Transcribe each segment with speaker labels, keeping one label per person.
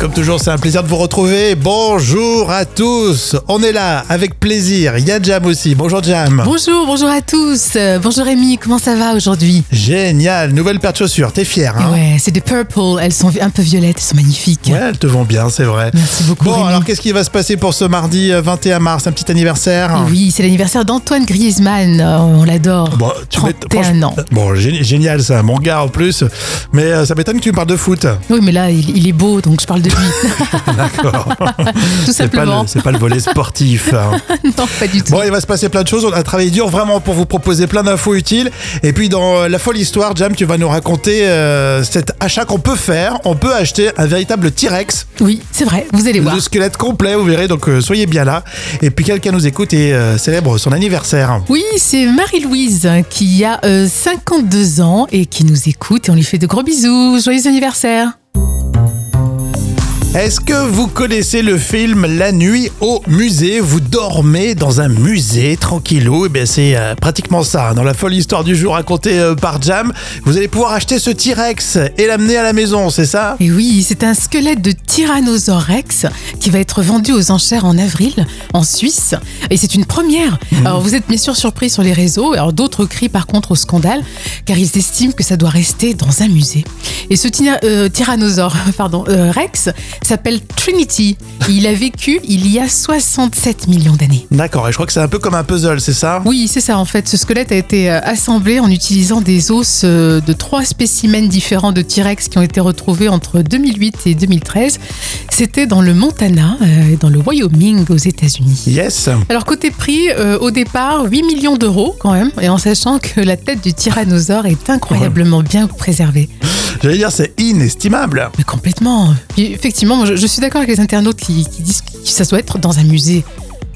Speaker 1: Comme toujours, c'est un plaisir de vous retrouver. Bonjour à tous. On est là avec plaisir. Il y a Jam aussi. Bonjour Jam.
Speaker 2: Bonjour, bonjour à tous. Euh, bonjour Rémi, comment ça va aujourd'hui
Speaker 1: Génial. Nouvelle paire de chaussures. T'es fier, hein
Speaker 2: Ouais, c'est des purple, elles sont un peu violettes, elles sont magnifiques.
Speaker 1: Ouais, elles te vont bien, c'est vrai.
Speaker 2: Merci beaucoup.
Speaker 1: Bon,
Speaker 2: Rémi.
Speaker 1: alors qu'est-ce qui va se passer pour ce mardi euh, 21 mars Un petit anniversaire
Speaker 2: Et Oui, c'est l'anniversaire d'Antoine Griezmann, euh, on l'adore.
Speaker 1: Bon, tu m'étonnes-
Speaker 2: 31 ans.
Speaker 1: Bon, gé- génial ça, mon gars en plus. Mais euh, ça m'étonne que tu me parles de foot.
Speaker 2: Oui, mais là, il, il est beau, donc je parle de lui,
Speaker 1: D'accord.
Speaker 2: tout
Speaker 1: C'est pas,
Speaker 2: simplement.
Speaker 1: le- c'est pas le volet sportif. hein.
Speaker 2: non, pas du tout.
Speaker 1: Bon, il va se passer plein de choses. On a travaillé dur vraiment pour vous proposer plein d'infos utiles. Et puis, dans euh, la folle histoire, Jam, tu vas nous raconter euh, cet achat qu'on peut faire. On peut acheter un véritable T-Rex,
Speaker 2: Oui, c'est vrai, vous allez voir.
Speaker 1: le squelette complet, vous verrez. Donc, euh, soyez bien là. Et puis, quelqu'un nous écoute et euh, célèbre son anniversaire.
Speaker 2: Oui, c'est Marie-Louise hein, qui a euh, 52 ans et qui nous écoute et on lui fait de gros bisous. Joyeux anniversaire.
Speaker 1: Est-ce que vous connaissez le film La nuit au musée Vous dormez dans un musée tranquillou, et bien c'est euh, pratiquement ça. hein. Dans la folle histoire du jour racontée euh, par Jam, vous allez pouvoir acheter ce T-Rex et l'amener à la maison, c'est ça
Speaker 2: Et oui, c'est un squelette de Tyrannosaure Rex qui va être vendu aux enchères en avril en Suisse. Et c'est une première. Alors vous êtes bien sûr surpris sur les réseaux. Alors d'autres crient par contre au scandale car ils estiment que ça doit rester dans un musée. Et ce tyra- euh, Tyrannosaure pardon, euh, Rex s'appelle Trinity. Et il a vécu il y a 67 millions d'années.
Speaker 1: D'accord, et je crois que c'est un peu comme un puzzle, c'est ça
Speaker 2: Oui, c'est ça en fait. Ce squelette a été euh, assemblé en utilisant des os euh, de trois spécimens différents de T-Rex qui ont été retrouvés entre 2008 et 2013. C'était dans le Montana, euh, dans le Wyoming aux États-Unis.
Speaker 1: Yes
Speaker 2: Alors côté prix, euh, au départ 8 millions d'euros quand même, et en sachant que la tête du tyrannosaure est incroyablement bien préservée.
Speaker 1: J'allais dire, c'est inestimable
Speaker 2: Mais complètement. Et effectivement, moi, je, je suis d'accord avec les internautes qui, qui disent que ça doit être dans un musée.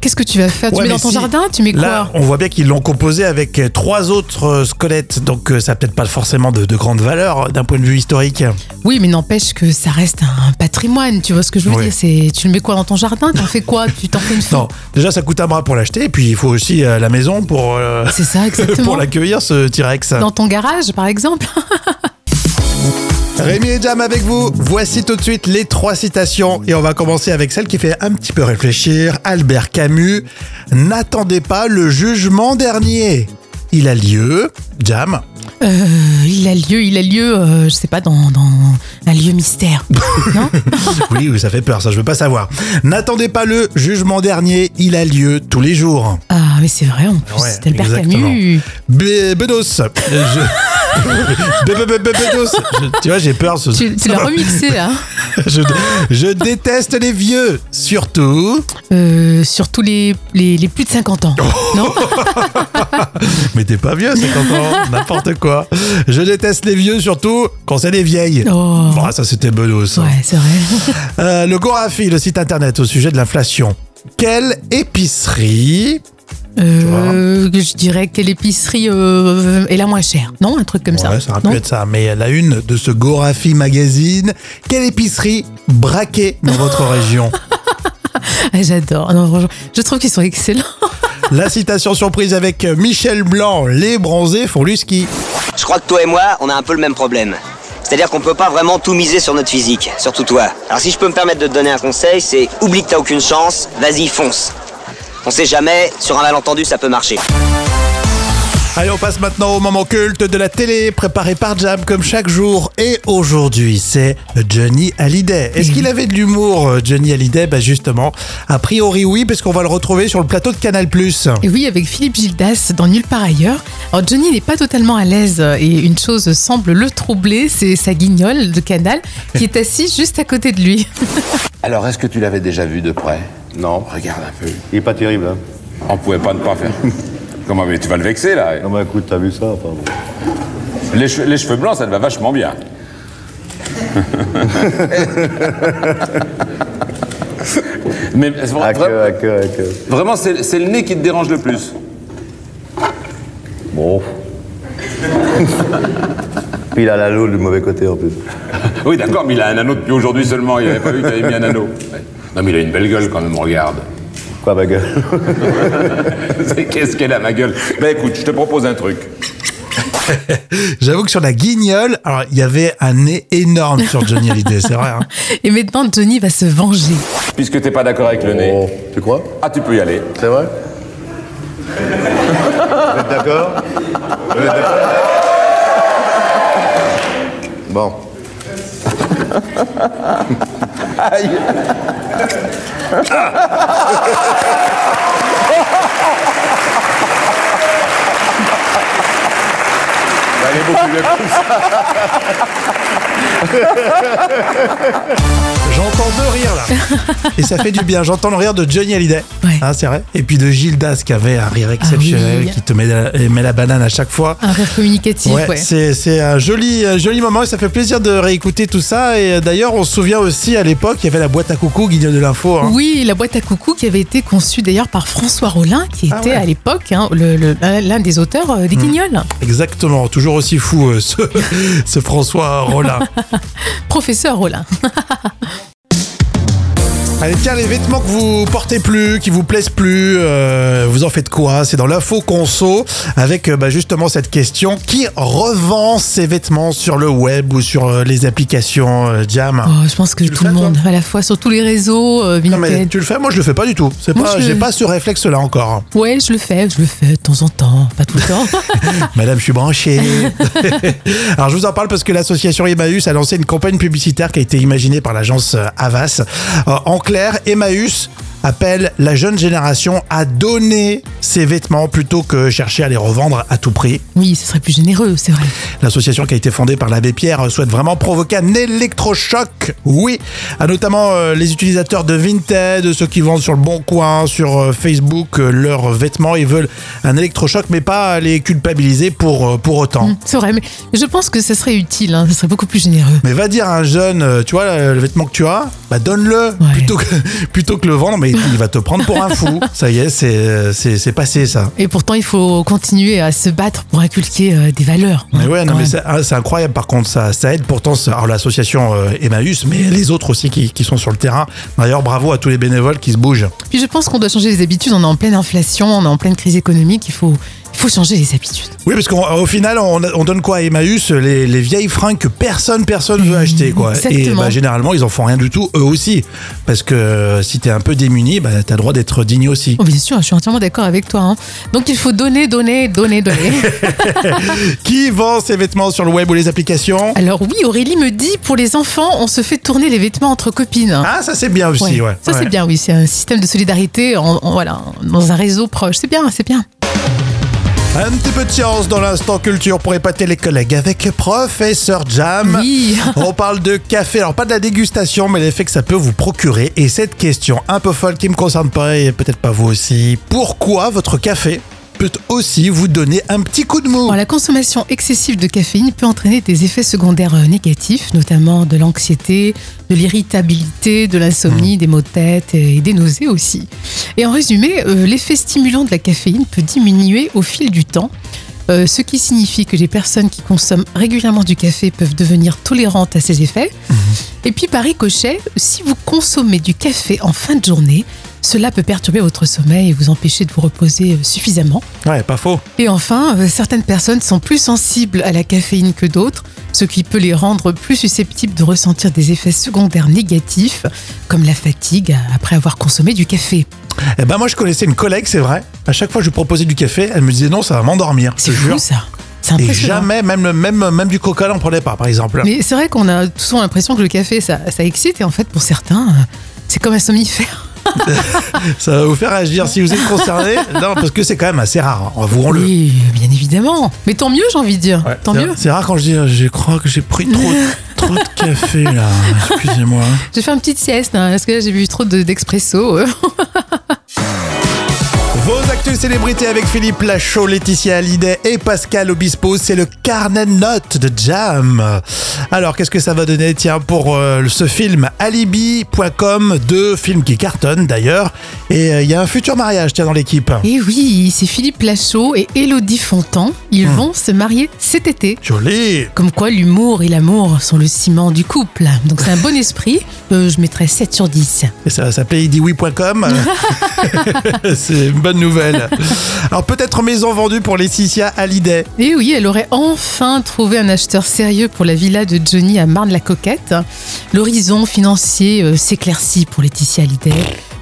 Speaker 2: Qu'est-ce que tu vas faire Tu
Speaker 1: Ouais,
Speaker 2: mets dans
Speaker 1: mais
Speaker 2: ton
Speaker 1: si.
Speaker 2: jardin Tu mets quoi
Speaker 1: Là, on voit bien qu'ils l'ont composé avec euh, trois autres euh, squelettes, donc euh, ça n'a peut-être pas forcément de, de grande valeur euh, d'un point de vue historique.
Speaker 2: Oui, mais n'empêche que ça reste un patrimoine, tu vois ce que je veux
Speaker 1: Oui.
Speaker 2: dire c'est, Tu le mets quoi dans ton jardin T'en fais quoi Tu t'en fais une
Speaker 1: Non,
Speaker 2: fleur
Speaker 1: déjà ça coûte un bras pour l'acheter, et puis il faut aussi euh, la maison pour, euh,
Speaker 2: C'est ça,
Speaker 1: pour
Speaker 2: exactement.
Speaker 1: l'accueillir, ce T-Rex.
Speaker 2: Dans ton garage, par exemple
Speaker 1: Rémi et Jam avec vous, voici tout de suite les trois citations, et on va commencer avec celle qui fait un petit peu réfléchir, Albert Camus. N'attendez pas le jugement dernier. Il a lieu, Jam,
Speaker 2: Euh, Il a lieu, il a lieu, euh, je sais pas, dans, dans un lieu mystère. non
Speaker 1: Oui, oui, ça fait peur, ça, je veux pas savoir. N'attendez pas le jugement dernier, il a lieu tous les jours.
Speaker 2: Ah, mais c'est vrai, en plus,
Speaker 1: Ouais,
Speaker 2: c'est Albert
Speaker 1: exactement.
Speaker 2: Camus.
Speaker 1: Bé- Bédos. Euh, je- Bé- bé- bé- Bédos. Je- Tu vois, j'ai peur. ce-
Speaker 2: Tu, tu l'as remixé, hein? là.
Speaker 1: Je, je déteste les vieux, surtout.
Speaker 2: Euh, sur tous les, les, les plus de 50
Speaker 1: Oh,
Speaker 2: ans. non
Speaker 1: Mais t'es pas vieux, 50 ans, n'importe quoi. Je déteste les vieux, surtout quand c'est des vieilles.
Speaker 2: Oh.
Speaker 1: Ah, ça, c'était Bedos.
Speaker 2: Ouais, c'est vrai.
Speaker 1: Euh, le Gorafi, le site internet au sujet de l'inflation. Quelle épicerie
Speaker 2: Euh, je dirais que l'épicerie euh, est la moins chère. Non, un truc comme ça.
Speaker 1: Ouais, ça aurait
Speaker 2: non
Speaker 1: pu être ça. Mais la une de ce Gorafi magazine, quelle épicerie braquée dans votre région
Speaker 2: Ah, J'adore. Non, franchement, je trouve qu'ils sont excellents.
Speaker 1: La citation surprise avec Michel Blanc, les bronzés font du ski.
Speaker 3: Je crois que toi et moi, on a un peu le même problème. C'est-à-dire qu'on peut pas vraiment tout miser sur notre physique, surtout toi. Alors si je peux me permettre de te donner un conseil, c'est oublie que t'as aucune chance, vas-y, fonce. On sait jamais, sur un malentendu, ça peut marcher.
Speaker 1: Allez, on passe maintenant au moment culte de la télé, préparé par Jam comme chaque jour. Et aujourd'hui, c'est Johnny Hallyday. Est-ce qu'il avait de l'humour, euh, Johnny Hallyday Bah justement, a priori oui, parce qu'on va le retrouver sur le plateau de Canal+.
Speaker 2: Et oui, avec Philippe Gildas dans Nulle part ailleurs. Alors Johnny n'est pas totalement à l'aise euh, et une chose semble le troubler, c'est sa guignole de canal qui est assise juste à côté de lui.
Speaker 4: Alors, est-ce que tu l'avais déjà vu de près
Speaker 5: Non.
Speaker 4: Regarde un peu.
Speaker 5: Il est pas terrible, hein On pouvait pas ne pas faire. Comment, mais tu vas le vexer, là
Speaker 4: Non, mais Ah, bah, écoute, t'as vu ça enfin, bon.
Speaker 5: Les, cheveux- les cheveux blancs, ça te va vachement bien. mais c'est vrai-
Speaker 4: Ah, que, ah, que, ah, que.
Speaker 5: vraiment, c'est c'est le nez qui te dérange le plus.
Speaker 4: Bon. Puis il a la l'eau du mauvais côté en plus.
Speaker 5: Oui, d'accord, mais il a un anneau depuis aujourd'hui seulement. Il avait pas vu qu'il avait mis un anneau. Ouais. Non, mais il a une belle gueule quand même, regarde.
Speaker 4: Quoi, ma gueule
Speaker 5: Bah, C'est- Qu'est-ce qu'elle a, ma gueule Ben écoute, je te propose un truc.
Speaker 1: J'avoue que sur la guignole, alors il y avait un nez énorme sur Johnny Hallyday, c'est vrai. hein.
Speaker 2: Et maintenant, Johnny va se venger.
Speaker 5: Puisque t'es pas d'accord avec le
Speaker 4: Oh,
Speaker 5: nez.
Speaker 4: tu crois
Speaker 5: Ah, tu peux y aller.
Speaker 4: C'est vrai Vous êtes d'accord Vous êtes d'accord Bon.
Speaker 5: Elle est beaucoup mieux que ça.
Speaker 1: J'entends deux rires là. Et ça fait du bien. J'entends le rire de Johnny Hallyday.
Speaker 2: Ouais. Ah
Speaker 1: Hein, c'est vrai. Et puis de Gilles Das qui avait un rire exceptionnel,
Speaker 2: oui.
Speaker 1: qui te met la, met la banane à chaque fois.
Speaker 2: Un rire communicatif, ouais.
Speaker 1: Ouais, c'est c'est un joli, un joli moment et ça fait plaisir de réécouter tout ça. Et euh, d'ailleurs, on se souvient aussi à l'époque, il y avait la boîte à coucou, Guignol de l'info. hein.
Speaker 2: Oui, la boîte à coucou qui avait été conçue d'ailleurs par François Rollin, qui était
Speaker 1: Ah ouais. Hmm.
Speaker 2: à l'époque hein, le- le- l'un des auteurs euh, des Guignols.
Speaker 1: Exactement, toujours aussi fou euh, ce, ce François Rollin.
Speaker 2: Professeur Rollin.
Speaker 1: Allez, tiens, les vêtements que vous portez plus, qui vous plaisent plus, euh, vous en faites quoi C'est dans l'info conso avec euh, bah, justement cette question qui revend ses vêtements sur le web ou sur euh, les applications euh, Jam
Speaker 2: Oh, je pense que
Speaker 1: Tu le
Speaker 2: tout le
Speaker 1: fais, toi
Speaker 2: monde, à la fois sur tous les réseaux, euh,
Speaker 1: Non, mais
Speaker 2: Vinted.
Speaker 1: tu le fais Moi, je le fais pas du tout. C'est
Speaker 2: Moi,
Speaker 1: pas,
Speaker 2: je-
Speaker 1: j'ai pas ce réflexe-là encore. hein.
Speaker 2: Ouais, je le fais, je le fais de temps en temps, pas tout le temps.
Speaker 1: Madame, je suis branché. Alors, je vous en parle parce que l'association Emmaüs a lancé une campagne publicitaire qui a été imaginée par l'agence euh, Havas. Euh, En clair, Emmaüs appelle la jeune génération à donner ses vêtements plutôt que chercher à les revendre à tout prix.
Speaker 2: Oui, ce serait plus généreux, c'est vrai.
Speaker 1: L'association qui a été fondée par l'abbé Pierre euh, souhaite vraiment provoquer un électrochoc, oui, à notamment euh, les utilisateurs de Vinted, ceux qui vendent sur le Bon Coin, sur euh, Facebook euh, leurs vêtements, ils veulent un électrochoc, mais pas les culpabiliser pour, euh, pour autant.
Speaker 2: Mm, C'est vrai, mais je pense que ça serait utile, hein, ça serait beaucoup plus généreux.
Speaker 1: Mais va dire à un jeune, euh, tu vois, le le vêtement que tu as, bah donne-le
Speaker 2: Ouais.
Speaker 1: plutôt, que, plutôt que le vendre, mais il va te prendre pour un fou. Ça y est, c'est, euh, c'est, c'est passé ça.
Speaker 2: Et pourtant, il faut continuer à se battre pour inculquer euh, des valeurs.
Speaker 1: Mais
Speaker 2: hein,
Speaker 1: ouais, non,
Speaker 2: quand
Speaker 1: mais
Speaker 2: même.
Speaker 1: c'est, ah, c'est incroyable par contre, ça, ça aide pourtant ça- alors, l'association euh, Emmaüs, mais les autres aussi qui, qui sont sur le terrain. D'ailleurs, bravo à tous les bénévoles qui se bougent.
Speaker 2: Puis je pense qu'on doit changer les habitudes, on est en pleine inflation, on est en pleine crise économique, il faut, il faut changer les habitudes.
Speaker 1: Oui, parce qu'au final, on, on donne quoi à Emmaüs les, les vieilles fringues que personne, personne veut acheter. Quoi. Et
Speaker 2: Mmh, exactement.
Speaker 1: bah, généralement, ils en font rien du tout, eux aussi. Parce que euh, si t'es un peu démuni, bah, t'as le droit d'être digne aussi.
Speaker 2: Oh, bien sûr, je suis entièrement d'accord avec toi. hein. Donc il faut donner, donner, donner, donner.
Speaker 1: Qui vend ses vêtements sur le web ou les applications
Speaker 2: Alors oui, Aurélie me dit, pour les enfants, on se fait tourner les vêtements entre copines.
Speaker 1: Ah, ça c'est bien aussi, ouais.
Speaker 2: Ouais. Ça
Speaker 1: Ouais.
Speaker 2: c'est bien, oui, c'est un système de solidarité en- en- voilà, dans un réseau proche. C'est bien, c'est bien.
Speaker 1: Un petit peu de science dans l'instant culture pour épater les collègues avec Professeur Jam.
Speaker 2: Oui.
Speaker 1: On parle de café, alors pas de la dégustation, mais l'effet que ça peut vous procurer. Et cette question un peu folle qui me concerne pas et peut-être pas vous aussi. Pourquoi votre café peut aussi vous donner un petit coup de mou
Speaker 2: Alors, la consommation excessive de caféine peut entraîner des effets secondaires euh, négatifs, notamment de l'anxiété, de l'irritabilité, de l'insomnie, des maux de tête et des nausées aussi. Et en résumé, euh, l'effet stimulant de la caféine peut diminuer au fil du temps. euh, ce qui signifie que les personnes qui consomment régulièrement du café peuvent devenir tolérantes à ces effets. Et puis par ricochet, si vous consommez du café en fin de journée, cela peut perturber votre sommeil et vous empêcher de vous reposer euh, suffisamment.
Speaker 1: Ouais, pas faux.
Speaker 2: Et enfin, euh, certaines personnes sont plus sensibles à la caféine que d'autres, ce qui peut les rendre plus susceptibles de ressentir des effets secondaires négatifs, comme la fatigue après avoir consommé du café.
Speaker 1: Eh ben moi je connaissais une collègue, c'est vrai. À chaque fois que je lui proposais du café, elle me disait non, ça va m'endormir. je
Speaker 2: C'est
Speaker 1: te
Speaker 2: fou
Speaker 1: jure.
Speaker 2: ça. C'est
Speaker 1: Et
Speaker 2: impressionnant.
Speaker 1: jamais, même, le- même, même du coca, on prenait pas, par exemple.
Speaker 2: Mais c'est vrai qu'on a souvent l'impression que le café, ça, ça excite, et en fait, pour certains, euh, c'est comme un somnifère.
Speaker 1: Ça va vous faire agir si vous êtes concerné. non, parce que c'est quand même assez rare, hein, avouons-le.
Speaker 2: Oui, bien évidemment. Mais tant mieux, j'ai envie de dire.
Speaker 1: Ouais,
Speaker 2: tant
Speaker 1: c'est-
Speaker 2: mieux.
Speaker 1: C'est rare quand je dis, euh, je crois que j'ai pris trop, trop de café là, excusez-moi.
Speaker 2: J'ai fait une petite sieste, hein, parce que là, j'ai bu trop de- d'expresso. euh.
Speaker 1: Vos actus célébrités avec Philippe Lachaud, Laetitia Hallyday et Pascal Obispo, c'est le carnet de notes de Jam. Alors, qu'est-ce que ça va donner Tiens, pour euh, ce film Alibi.com, deux films qui cartonnent d'ailleurs. Et euh, il y a un futur mariage, tiens, dans l'équipe.
Speaker 2: Et oui, c'est Philippe Lachaud et Elodie Fontan. Ils
Speaker 1: Hmm.
Speaker 2: vont se marier cet été.
Speaker 1: Joli
Speaker 2: Comme quoi l'humour et l'amour sont le ciment du couple. Donc c'est un bon esprit. euh, je mettrais 7 sur 10.
Speaker 1: Et ça va s'appeler idiwi.com. C'est une bonne nouvelle. Alors peut-être maison vendue pour Laetitia Hallyday.
Speaker 2: Et oui, elle aurait enfin trouvé un acheteur sérieux pour la villa de Johnny à Marne-la-Coquette. L'horizon financier euh, s'éclaircit pour Laetitia Hallyday.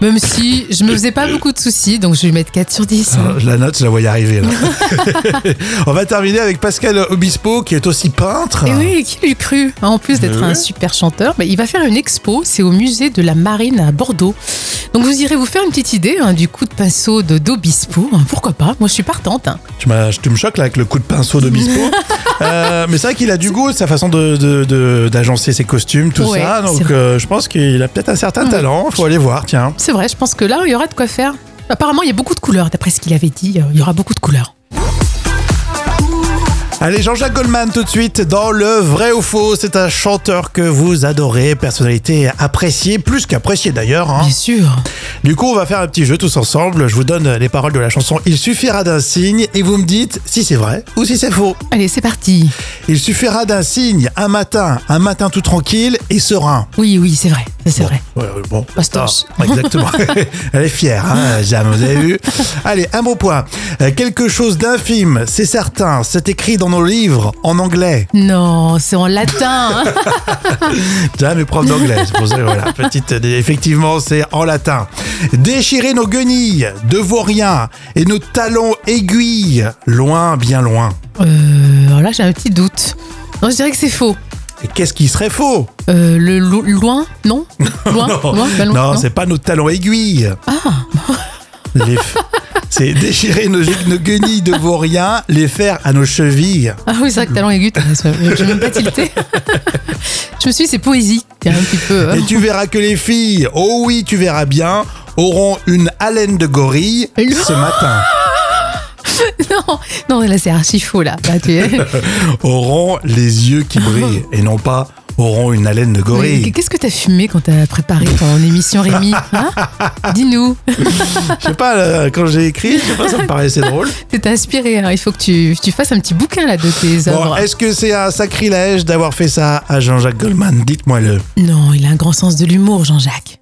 Speaker 2: Même si je me faisais pas beaucoup de soucis, donc je vais lui mettre 4 sur 10. hein.
Speaker 1: Alors, Ah, Je la note, je la voyais arriver là. On va terminer avec Pascal Obispo qui est aussi peintre.
Speaker 2: Et Eh oui, qui l'eût cru hein, En plus d'être un super chanteur, bah, il va faire une expo, c'est au musée de la Marine à Bordeaux. Donc vous irez vous faire une petite idée hein, du coup de pinceau de d'Obispo, hein, pourquoi pas, moi je suis partante. hein.
Speaker 1: Tu, m'as- tu me choques là avec le coup de pinceau d'Obispo. Euh, mais c'est vrai qu'il a du goût, sa façon de- de- de- d'agencer ses costumes, tout
Speaker 2: Ouais,
Speaker 1: ça.
Speaker 2: c'est
Speaker 1: Donc
Speaker 2: vrai. Mm.
Speaker 1: euh, je pense qu'il a peut-être un certain talent. Faut aller voir, tiens.
Speaker 2: C'est vrai, je pense que là, il y aura de quoi faire. Apparemment, il y a beaucoup de couleurs, d'après ce qu'il avait dit, euh, il y aura beaucoup de couleurs.
Speaker 1: Allez, Jean-Jacques Goldman tout de suite dans le vrai ou faux. C'est un chanteur que vous adorez, personnalité appréciée, plus qu'appréciée d'ailleurs. hein.
Speaker 2: Bien sûr.
Speaker 1: Du coup, on va faire un petit jeu tous ensemble. Je vous donne les paroles de la chanson Il suffira d'un signe et vous me dites si c'est vrai ou si c'est faux.
Speaker 2: Allez, c'est parti.
Speaker 1: Il suffira d'un signe, un matin, un matin tout tranquille et serein.
Speaker 2: Oui, oui, c'est vrai, ça, c'est
Speaker 1: Bon,
Speaker 2: vrai.
Speaker 1: ouais, ouais, bon,
Speaker 2: Bastos.
Speaker 1: Ah, exactement. Elle est fière, hein, Jam, vous avez vu. Allez, un beau point. Euh, quelque chose d'infime, c'est certain, c'est écrit dans nos livres en anglais.
Speaker 2: Non, c'est en latin. hein.
Speaker 1: Déjà, mes profs d'anglais. C'est pour ça que, voilà, petite. euh, Effectivement, c'est en latin. Déchirer nos guenilles, de vos rien, et nos talons aiguilles, loin, bien loin.
Speaker 2: Euh, alors là, j'ai un petit doute. Non, je dirais que c'est faux.
Speaker 1: Et qu'est-ce qui serait faux
Speaker 2: Euh, le lo- loin, non Loin, loin, bah pas loin,
Speaker 1: Non, c'est pas nos talons aiguilles.
Speaker 2: Ah,
Speaker 1: Les f- c'est déchirer nos, nos guenilles de vos rien, les faire à nos chevilles.
Speaker 2: Ah oui, c'est vrai que talent aigu, t'as raison. je vais même pas tilté. je me suis dit, c'est poésie, t'es un petit peu. hein.
Speaker 1: Et tu verras que les filles, oh oui, tu verras bien, auront une haleine de gorille ce matin.
Speaker 2: Non, non, là c'est archi faux là. Là, tu es-
Speaker 1: Auront les yeux qui brillent et non pas auront une haleine de gorille.
Speaker 2: Mais Qu'est-ce que t'as fumé quand t'as préparé ton émission Rémi hein Dis-nous,
Speaker 1: Je sais pas, là, quand j'ai écrit, je sais pas, ça me paraissait drôle.
Speaker 2: t'es inspiré. hein. Il faut que tu, tu fasses un petit bouquin là de tes
Speaker 1: Bon,
Speaker 2: œuvres.
Speaker 1: est-ce que c'est un sacrilège d'avoir fait ça à Jean-Jacques Goldman Dites-moi le.
Speaker 2: non, il a un grand sens de l'humour, Jean-Jacques.